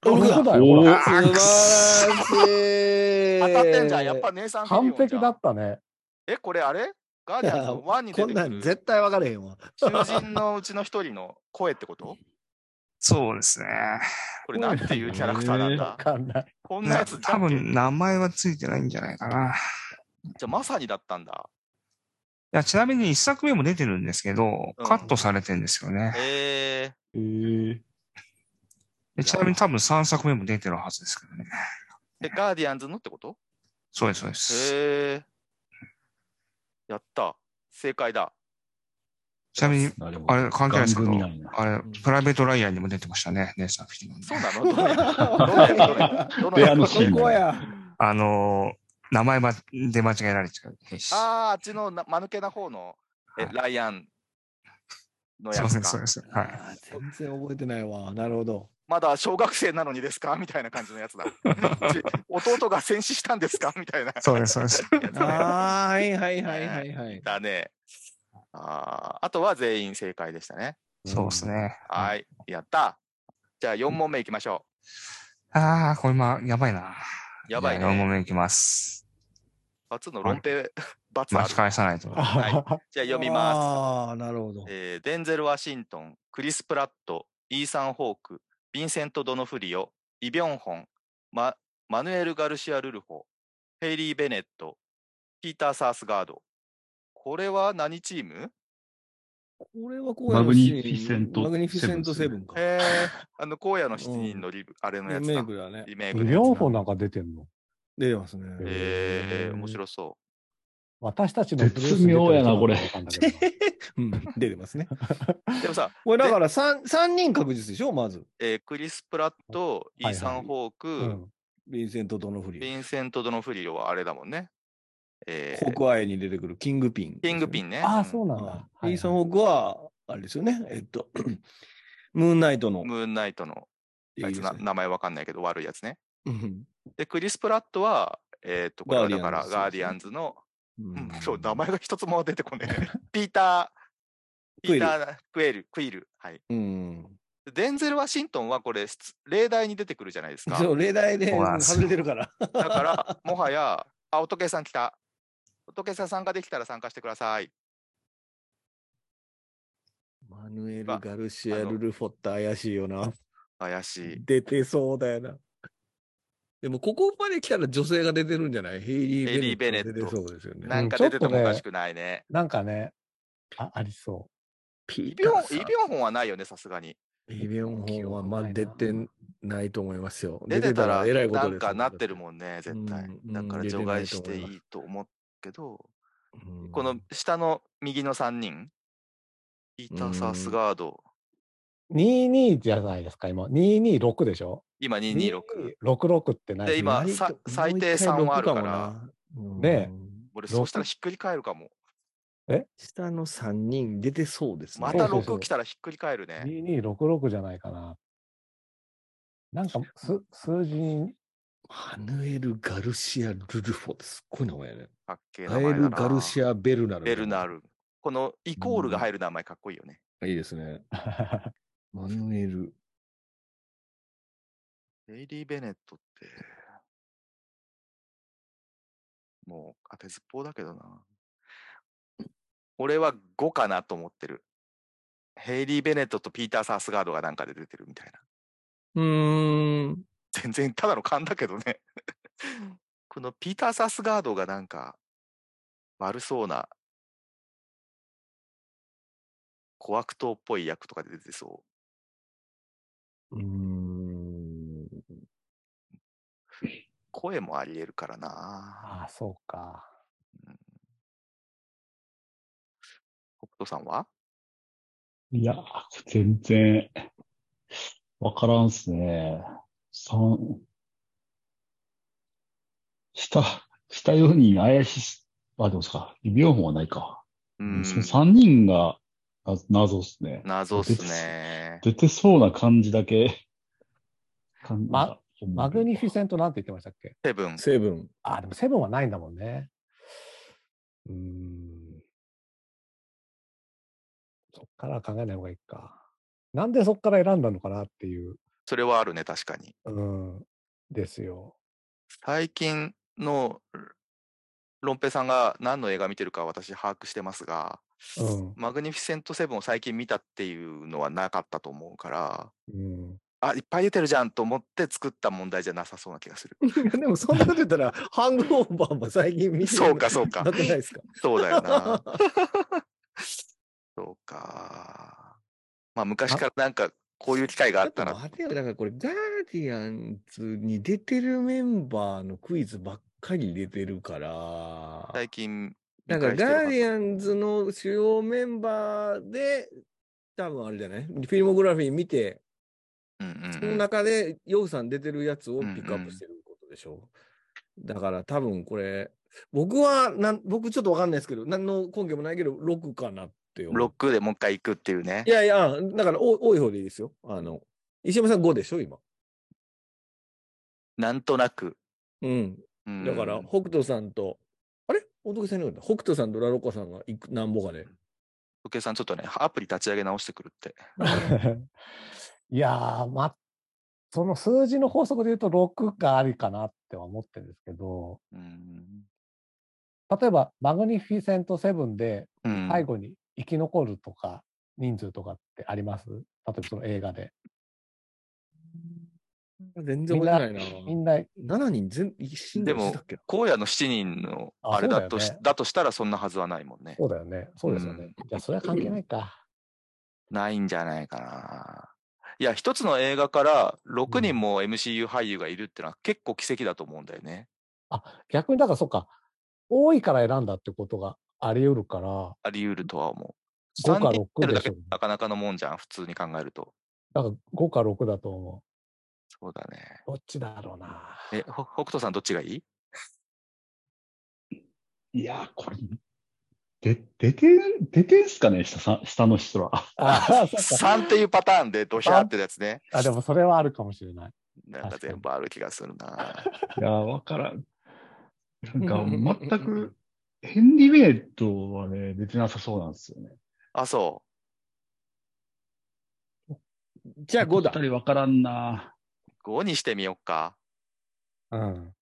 S3: 六だ
S2: 6だよ、
S5: お
S2: ほ
S5: ー
S2: ら。
S3: 素晴らしい。
S1: 当たってんじゃん。やっぱ姉さんフィリオン
S2: 完
S1: じゃん
S2: 璧だったね。
S1: え、これあれガーディアンズの1に出
S3: こん
S1: て
S3: な
S1: く
S3: ん
S1: る
S3: 絶対分かれへんわ。
S1: 囚人のうちの一人の声ってこと
S4: そうですね。
S1: これなんていうキャラクターなん
S2: わ
S1: だ
S2: かんない。
S1: こんな
S4: な
S1: やつ
S4: 多分、名前はついてないんじゃないかな。い
S1: じゃあまさにだったんだ。
S4: や、ちなみに一作目も出てるんですけど、
S1: うん
S4: カットされてるんですよね。
S1: え
S5: えー、
S4: でちなみに多分3作目も出てるはずですけどね。
S1: ー、え、ガーディアンズのってこと
S4: そうです、そうです。
S1: へえ。やった。正解だ。
S4: ちなみに、
S5: あでも
S4: あれ、関係ないですけど
S5: ガン組なんや、
S4: あれ、プライベートライアンにも出てましたね、姉さんフィリオンね
S1: そうな のどの役どの役どの役
S5: レアのシーン
S3: ここや。
S4: あのー、名前ま、出間違えられちゃう。
S1: ああ、あっちのな間抜けな方の、え、
S4: はい
S1: ライアンの
S4: すい
S1: や
S4: ま
S1: つ
S4: せん、そ
S1: か。
S4: うです。はい。
S3: あー全然覚えてないわ。なるほど。
S1: まだ小学生なのにですかみたいな感じのやつ だ。ち弟が戦死したんですかみたいな。
S4: そうです、そうです。
S1: やつね
S3: ああ、はいはいはいはいはい。
S1: だね。あーあとは全員正解でしたね。
S4: そうですね。。
S1: はいい、やった。じゃあ4問目いきましょ
S4: ああ、これ今、やばいな。
S1: う。やばい
S4: 4問
S1: ね。
S4: 目いきます。
S1: 罰の論評、罰あ
S4: 巻
S1: る
S4: き。返さないと。
S1: はいじゃあ読みます。
S3: ああ、なるほど。
S1: えーデンゼル・ワシントン、クリス・プラット、イーサン・ホーク、ヴィンセント・ドノフリオ、イ・ビョンホン、ママヌエル・ガルシア・ルルホ、ヘイリー・ベネット、ピーター・サースガード。これは何チーム
S3: これは荒野のシーン
S5: マグニフィセント
S3: マグニフィセントセブンか。
S1: えー、 あの、荒野の7人のリブ、あれのや
S3: リ
S1: つ
S3: メ
S1: だ
S3: イ。クだね。
S1: リメイクのやつだ
S2: 両方なんか出てんの
S3: 出てますね。
S1: えー、面白そう。
S2: 私たちのブルース
S5: 絶妙やな
S2: リトルさんのことわかんだけど
S3: うん、出てますね。
S1: でもさ、
S3: これだから三三人確実でしょ、まず。
S1: えークリス・プラット、イ
S2: はい
S1: ー
S2: はい
S1: サン・ホーク、
S2: うん
S3: ヴィンセント・ドノフリ
S1: ヴ
S3: ー。
S1: ィンセント・ドノフリオはあれだもんね。えー
S3: ホークアイに出てくるキングピン、
S1: キングピ
S3: ン。
S1: ンね。
S2: ああ、そう
S1: な
S2: なんだ。はいはい
S3: イーサン・ホークは、あれですよね。えっと、 ムーンナイトの。
S1: ムーンナイトの、あいつ
S3: いい
S1: な
S3: ですね
S1: 名前わかんないけど悪いやつね。
S3: うん
S1: で、クリス・プラットは、えーっと、これはだからガ
S3: ガ
S1: ー
S3: ー
S1: デ
S3: デ
S1: ィ
S3: ィ
S1: ア
S3: ア
S1: ン
S3: ン
S1: ズの、うん
S3: うん
S1: そう、名前が一つも出てこねえ。ピーター、ピ
S3: クイ
S1: ー
S3: ル
S1: ター、クエル、クイル。はい。
S3: うん。
S1: でデンゼル・ワシントンはこれ、出例題に出てくるじゃないですか。
S3: そう、例題で
S4: そうなんですよ
S3: 外れてるから。
S1: だから、もはや、あ、おとけさん来た。おとけさん参加できたら参加してください。
S3: マヌエル・
S1: あ
S3: ガルシア・ルルフォッタ怪しい よな。
S1: 怪しい。
S3: 出てそうだよな。でも、ここまで来たら女性が出てるんじゃないヘイ
S1: ヘイリ
S3: リ
S1: ー
S3: ー・
S1: ベ
S3: ベ
S1: ネ
S3: ネ
S1: ッ
S3: ッ
S1: ト
S3: ト。出てそうですよね。
S1: なんか
S2: ちょ
S1: 出
S2: ってと
S1: てもお
S2: ね
S1: かしくないね。
S2: なんかね、あありそ
S1: イ
S3: イ
S1: ビョン、イビョンホンはないよね、さすがに。
S3: イビョンホンは、まあ、出てないと思いますよ。
S1: 出てたら、
S3: 出てえらいこ
S1: な
S3: と
S1: ん
S3: ですよ
S1: かなってるもんね、絶対
S3: う。ん
S1: だから
S3: うん
S1: 除外して
S3: 出てないと思い
S1: い
S3: ます
S1: いと思うけど、
S3: うん
S1: この下の右の3人、ピーター・サースガード、
S2: う。22じゃないですか、今。226でしょ
S1: 今226。
S2: ?66 ってない
S1: で今
S3: 割と
S1: さ
S3: もう一
S1: 最低
S3: 回
S1: 3はあるから
S3: 六な。うん
S2: ね
S1: 俺、そうしたらひっくり返るかも。
S3: 下の3人出てそうですね。
S1: また
S2: そうそうそう
S1: 6来たらひっくり返るね。
S2: 2266じゃないかな。なんかす、数字に、
S3: マヌエル・ガルシア・ルルフォです。こういう名前やね。
S1: かっけえ
S3: ガ
S1: 名
S3: エ
S1: 前だ
S3: ル・
S1: な
S3: ガルシア・ベルナル。
S1: ベルナ。ル。このイコールが入る名前かっこいいよね。
S3: いいですね。マヌエル。
S1: デイリー・ベネットって、もう当てずっぽうだけどな。俺は5かなと思ってる。ヘイリー・ベネットとピーター・サースガードがなんかで出てるみたいな。
S3: うーん。
S1: 全然ただの勘だけどね。 このピーター・サースガードがなんか悪そうな、小悪党っぽい役とかで出てそう。
S3: うーん。
S1: 声もあり得るからな。
S2: ああ、そうか。
S1: 北斗さんはい
S5: や、全然、わからんっすね。三、した、したように怪しす、あ、でもそっか、微妙法はないか。
S1: う
S5: その三人があ謎っすね。
S1: 謎っすね。
S5: 出てそうな感じだけ、 感
S2: ま、
S5: 思う
S2: マグニフィセントなんて言ってましたっけ
S1: セブン。
S3: セブン。
S2: ああ、でもセブンはないんだもんね。うーん。そっから考えない方がいいか。なんでそっから選んだのかなっていう、
S1: それはあるね、確かに。
S2: うん、ですよ。
S1: 最近のロンペイさんが何の映画見てるか私把握してますが、
S2: うん。
S1: マグニフィセントセブンを最近見たっていうのはなかったと思うから、
S2: うん、
S1: あ、いっぱい出てるじゃんと思って作った問題じゃなさそうな気がする。
S3: いやでもそんなこと言ったら、ハングオーバーも最近見て
S1: そうか、そうか
S3: な。ってない ですか。
S1: そうだよな。そうか。まあ、昔からなんかこういう機会があったら、
S3: 待てよ、だからこれ、ガーディアンズに出てるメンバーのクイズばっかり出てるから、
S1: 最近
S3: な
S1: 見返
S3: んか
S1: してよかっ
S3: ガ
S1: た、
S3: ーディアンズの主要メンバーで、多分あれじゃないフィルモグラフィー見て、
S1: うんうん
S3: その
S1: うん
S3: 中で、ヨウさん出てるやつをピックアップしてることでしょ。だから多分これ、僕はなん、僕ちょっとわかんないですけど、何の根拠もないけど、6かなって思う
S1: ロックでもう一回行くっていうね
S3: い。やいや、だから多多い方でいいですよ。あの、石山さん5でしょ、今。
S1: なんとなく。
S3: うん。
S1: うん
S3: だから、北斗さんと、あれ仏さんに言われた北斗さんとラロッカさんがいくなんぼかね。
S1: 時計さん、ちょっとね、アプリ立ち上げ直してくるって。
S2: いやー、ま、その数字の法則で言うと6がありかなっては思ってるんですけど、
S1: うん。
S2: 例えばマグニフィセントセブンで
S1: うん
S2: 最後に生き残るとか人数とかってあります例えばその映画で。
S3: 全然覚えてない
S2: みんな、
S3: な。7人全、一心
S1: でも
S3: だっけ
S1: 荒野の7人の
S2: あ
S1: あれだと
S2: そう
S1: し
S2: だよね
S1: だとしたらそんなはずはないもんね。
S2: そうだよね。そうですよね。じゃあ、それは関係ないか。
S1: ないんじゃないかな。いや、一つの映画から6人も MCU 俳優がいるってのは結構奇跡だと思うんだよね。
S2: 逆に、だから、そっか。多いから選んだってことがあり得るから、
S1: あり得るとは思う。
S2: 5か
S1: 3人いてる
S2: 6
S1: だ
S2: でし
S1: け
S2: ょ
S1: で。なかなかのもんじゃん、普通に考えると。
S2: だから5か6だと思
S1: そうだね。
S2: う。どっちだろうな。
S1: え、ほ北斗さんどっちがいい
S5: いや、これ、で、出てん、出てんすかね下さん、下の人は。
S2: あ、そっか。
S1: ?3 っていうパターンでドヒャーってやつね。
S2: あ、でもそれはあるかもしれない。
S1: なんか全部ある気がするな。
S5: いや、わからん。
S3: うんうんうんう
S5: なんんか、全く、ヘンリー・ウェイトはね、出てなさそうなんですよね。
S1: あ、そ
S3: じゃあ5だ。
S5: 二人わからんな。
S1: う。5にしてみよっか。
S2: うん。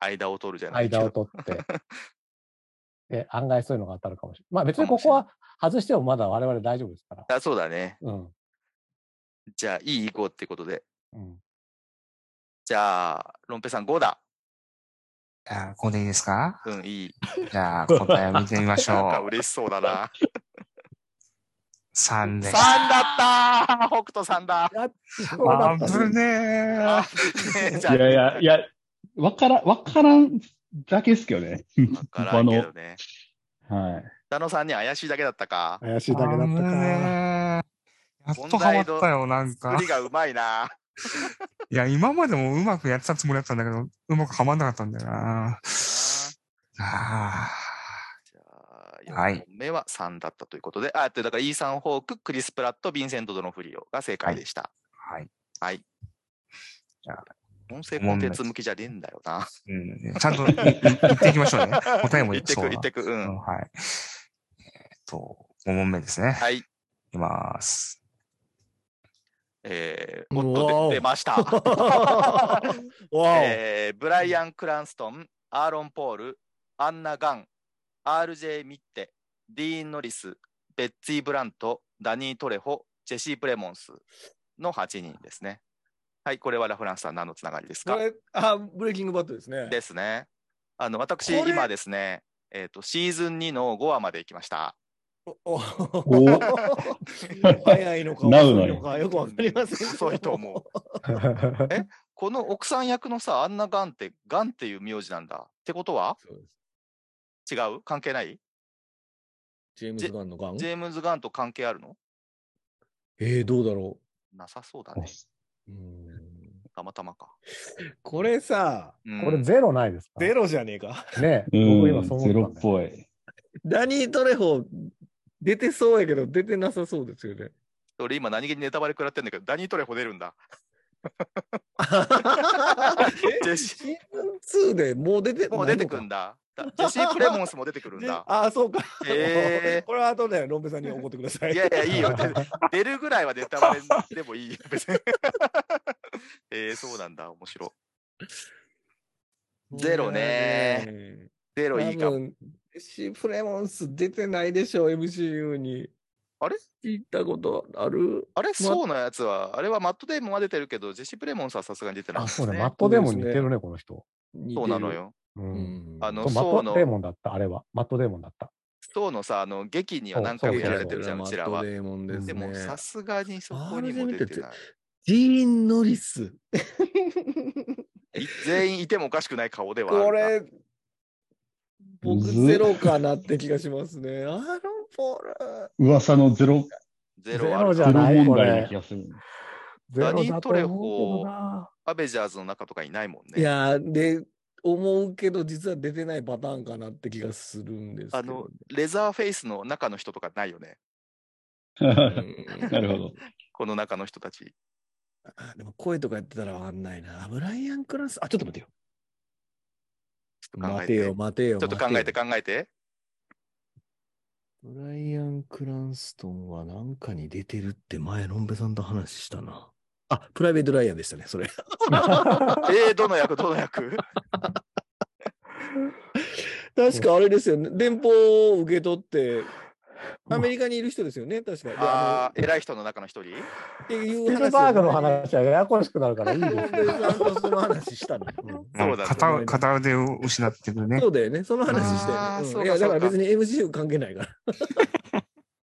S1: 間を取るじゃないけ
S2: 間を
S1: ど。
S2: 取って。 で、案外そういうのが当たるかもしれない。まあ別に
S1: かも
S2: こ
S1: しれ
S2: こ
S1: ない
S2: は外してもまだ我々大丈夫ですから。
S1: あ、そうだね。
S2: うん。
S1: じゃあ、いい行こうってことで。
S2: うん。
S1: じゃあ、ロンペさん5だ。
S4: あ、ここでいいですか
S1: うん、いい。
S4: じゃあ、答えを見てみまし
S1: なんか
S4: ょう。
S1: 嬉しそうだな。
S4: 3
S1: 3だ
S4: です。
S1: ったー北斗さん だ
S4: あ
S2: そうだった
S4: ぶねえ
S1: あ。ねえじゃ
S5: い
S1: あ、
S5: やいや、いや、わからん、わからんだけですけどね。
S1: わからんけ どね。
S5: はい。
S1: 北野さんに怪しいだけだったか。
S2: 怪しいだけだった
S4: あぶ
S2: か。
S4: ねえやっとハマったよ、なん
S1: 作
S4: か
S1: り。がうまい な。
S4: いや、今までもうまくやってたつもりだったんだけど、うまくはまんなかったんだよな。あ
S1: じゃあ、
S4: はい
S1: 4本目は3だったということで、あ、えっとだからイーサン・ホーク、クリス・プラット、ヴィンセント・ドノフリオが正解でした。
S4: あ。はい。
S1: はい。
S4: じゃあ
S1: 音声コンテンツ向きじゃねえんだよな。
S4: うん、ちゃんといい言っていきましょうね。 答えも
S1: 言ってく、言って
S4: く。
S1: く。う
S4: うん
S1: ん。
S4: はい。えっと、5問目ですね。
S1: はい。
S4: いきます。
S1: え
S3: う
S1: ー、
S3: わー
S1: おっとで出ま した。
S3: わお
S1: えーブライアン・クランストン、アーロン・ポール、アンナ・ガン、RJ ・ミッテ、ディーン・ノリス、ベッツィ・ブラント、ダニー・トレホ、ジェシー・プレモンスの8人ですね。はい、これはラ・フランスさん何のつながりです
S3: こ
S1: か
S3: れ、あ、ブレイキングバットですね。
S1: ですね。あの、私、
S3: これ
S1: 今ですね、えっ、と、シーズン2の5話まで行きました。
S3: お
S5: お
S3: 早いのか、
S5: なう
S3: 遅
S5: の
S3: い
S5: よ
S3: のか、よくわかりませんけど。
S1: 遅いと思う。この奥さん役のさ、アンナ・ガンって、ガンっていう名字なんだ。ってことは
S3: そうです。
S1: 違う関係ない
S3: ジェームズ・ガンのガン
S1: ジェームズ・ガンと関係あるの
S3: えー、どうだろ
S1: なさそうだね。
S3: ううん。
S1: たまたまか。
S3: これさ、
S1: うん
S2: これゼロないですか
S3: ゼロじゃねえか。
S2: ね
S5: う
S2: 僕今
S5: ん、
S2: そう
S5: ゼ
S2: 思
S5: ロ
S2: っ
S5: った
S2: んだよ。
S5: ぽい。
S3: ダニー・トレホ、出てそうやけど、出てなさそうですよね。
S1: 俺今何気にネタバレ食らってんだけど、ダニートレホ出るん だ。ジェシ
S3: シーズン2でもう出て
S1: もう出てくん だ。だジェシー・プレモンスも出てくるん
S3: で
S1: だ。
S3: ああ、そう か。
S1: へー
S3: これは後でロンペさんに怒ってください。
S1: いやいや、いいよ。 で出るぐらいはネタバレでもいいよ、別に。 えー、そうなんだ。面白。ゼロねゼ
S3: 多
S1: ロ
S3: 分。
S1: いいかも。
S3: シープレモンス出てないでしょ、MCU に。
S1: あれ
S3: 聞いたことある
S1: あれ、そうのやつは、あれはマット・デイモンは出てるけど、ジェシー・プレモンスはさすがに出てない
S2: あ、
S1: です
S2: そう
S1: ね。
S2: ね。マットデーモンに似てるね、この人。
S1: そうなの。よ。
S2: う
S3: 似てる
S2: ん。
S3: うん
S1: あの
S2: そうマ
S1: そう
S2: ッ
S1: の
S2: トデーモンだった、あれは。マットデーモンだった。
S1: そうのさ、あの、劇には何回
S2: そう
S1: も
S2: そう
S1: やられてるじゃん、うちらは
S3: マット。デーモンです
S1: でも、
S3: ね。
S1: さすがにそこにも出てない。
S3: ジーン・ノリス。
S1: い全員いてもおかしくない顔ではある
S3: こ
S1: な
S3: れ、僕
S5: むず
S3: ゼロかなって気がしますね。アー ロン・ポール。
S5: 噂のゼロ、
S1: ゼロある
S2: ゼ
S5: ゼ
S2: ロ
S5: ロ
S2: じゃない
S5: 問題な気がする。
S2: ゼ
S1: ダ
S2: ロ
S1: ニー
S2: だと
S1: トレ
S2: 思うけ
S1: ホ
S2: どな。
S1: アベジャーズの中とかいないもんね。
S3: いやーで、思うけど、実は出てないパターンかなって気がするんですけど。
S1: あの、レザーフェイスの中の人とかないよね。
S5: な
S3: うん
S5: るほど。
S1: この中の人たち。
S3: あでも声とかやってたらわかんないな。ブライアン・クランス。あ、ちょっと待てよ。
S1: ちょっと考
S3: 待
S1: え
S3: て
S1: て。
S3: よ、待てよ。
S1: ちょっと考えて
S3: 待
S1: 考えて。
S3: てよブライアン・クランストンはなんかに出てるって前、ロンベさんと話したな。あ、プライベート・ライアンでしたね、 それ。
S1: えー、どの役どの役
S3: 確かあれですよね。電報を受け取って、アメリカにいる人ですよね、確か。で
S1: あ
S3: あ
S1: あ、偉い人の中の一人
S3: のってい
S2: ス
S3: う
S2: ピ
S3: 話を
S2: ルバーグの話はややこしくなるからいい
S3: ゴ
S2: で
S3: ン
S2: す
S3: ベ
S2: よ
S3: ルさんとその話したの。うん
S1: そうだ
S4: 片
S3: ね
S4: 片腕を失ってるね。
S3: そうだよね。その話して。
S1: あー
S3: うん
S1: そうか
S3: いや、だから
S1: そうか
S3: 別に MC 関係ないから。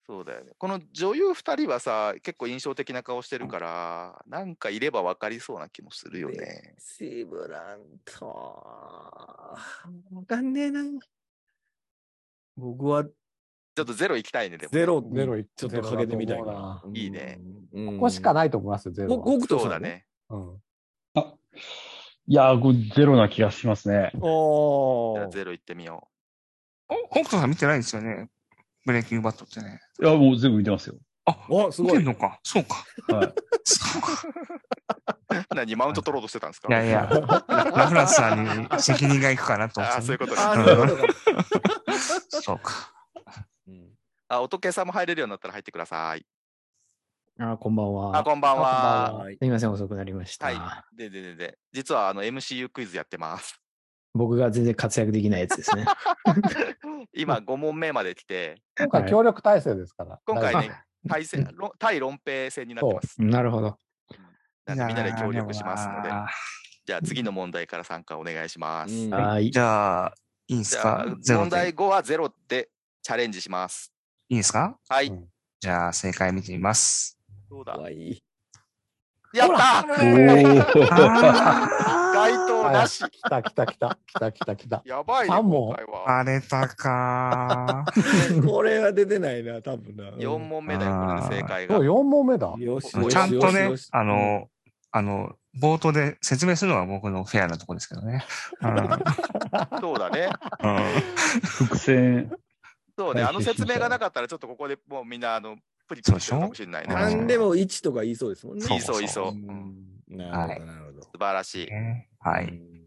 S1: そうだよね。この女優二人はさ、結構印象的な顔してるから、なんかいれば分かりそうな気もするよね。
S3: シブランと、わかんねえな。僕は
S1: ちょっとゼロ行きたいね、でも。
S3: ゼロ、
S2: ゼロい
S3: ちょっとかけてみたい
S2: ゼロだと
S3: な
S2: 思。
S1: うないいね
S3: うん。
S2: ここしか
S3: い。
S2: ないと思いますよ、ゼロ
S3: ご
S2: は。
S3: 北斗
S1: そうだ
S3: さんね。
S1: ね。
S2: うん
S5: いやー、これゼロな気がしますね。
S1: じゃ
S3: お
S1: あ
S3: ー。
S1: ゼロ行ってみよ
S4: お北斗さん見てないんですよね。ブレイキングバットってね。
S5: いや、もう全部見てますよ。
S3: あ、す
S4: 見
S3: ご
S4: て
S3: い
S4: る。のか。そうか。
S5: はい。
S4: そうか。
S1: う。 何、マウント取ろうとしてたんですか
S4: いやいや、ラフランスさんに責任がいくかなと思って。
S1: ああ、そういうことね。
S3: あ
S1: あ
S3: ー、そういうことか。
S4: そうか。
S3: うん
S1: あ、音計さんも入れるようになったら入ってください。
S6: あ、こんばんは。
S1: あ、こんばんは。
S3: はい
S6: すみません、遅くなりました。
S1: はい。でででで、実はあの MCU クイズやってます。
S6: 僕が全然活躍できないやつですね。
S1: 今5問目まで来て、
S2: 今回協力体制ですから。
S1: 今回ね
S2: 大丈、
S1: 対戦、ろ対論平戦になってます。
S6: なるほど。
S1: なんでみんなで協力しますので
S4: いや、
S1: じゃあ次の問題から参加お願いします。
S3: うん
S6: はい
S4: ー。じゃあ、いいです
S1: じゃ
S4: か
S1: あ
S4: ゼロ
S1: 問
S4: で。
S1: 題
S4: い
S1: 5はゼロでチャレンジします。
S4: いですか
S1: はい。
S2: うん
S4: じゃあ、正解見てみ ます。
S1: そうだ
S3: か。わいい。
S1: やった
S5: おー。
S1: 該
S4: あ
S1: 当なし。
S2: 夫来た来た来た来た来た来た。
S1: やばいね、
S2: あも
S1: 今
S2: う
S1: 回
S4: ー
S1: は。
S4: バレたかー。
S3: これは出てないな、多分な。
S1: 4問目だよ、これで正解
S2: も
S1: が
S2: う。4問目だ。
S3: よし
S4: あの
S3: よし
S4: ちゃんとね
S3: よしよし、
S4: あの、あの、冒頭で説明するのが僕のフェアなとこですけどね。 うん。うん
S1: そうだね。
S5: 伏線。
S1: そうね、あ
S5: 回
S1: の
S5: 避しましょう
S1: 説明がなかったら、ちょっとここでもうみんな、あの、プリプリしてるかもしれないね。
S4: そう
S1: 確
S4: しょ
S1: か
S3: 何
S1: に
S3: でも1とか言いそうですもんね。
S1: いそうい
S4: そ
S1: そうう。
S3: う
S1: うん
S3: んなるほど、なるほど。
S1: 素晴らしい。
S4: ねは
S3: う
S4: い。
S3: ん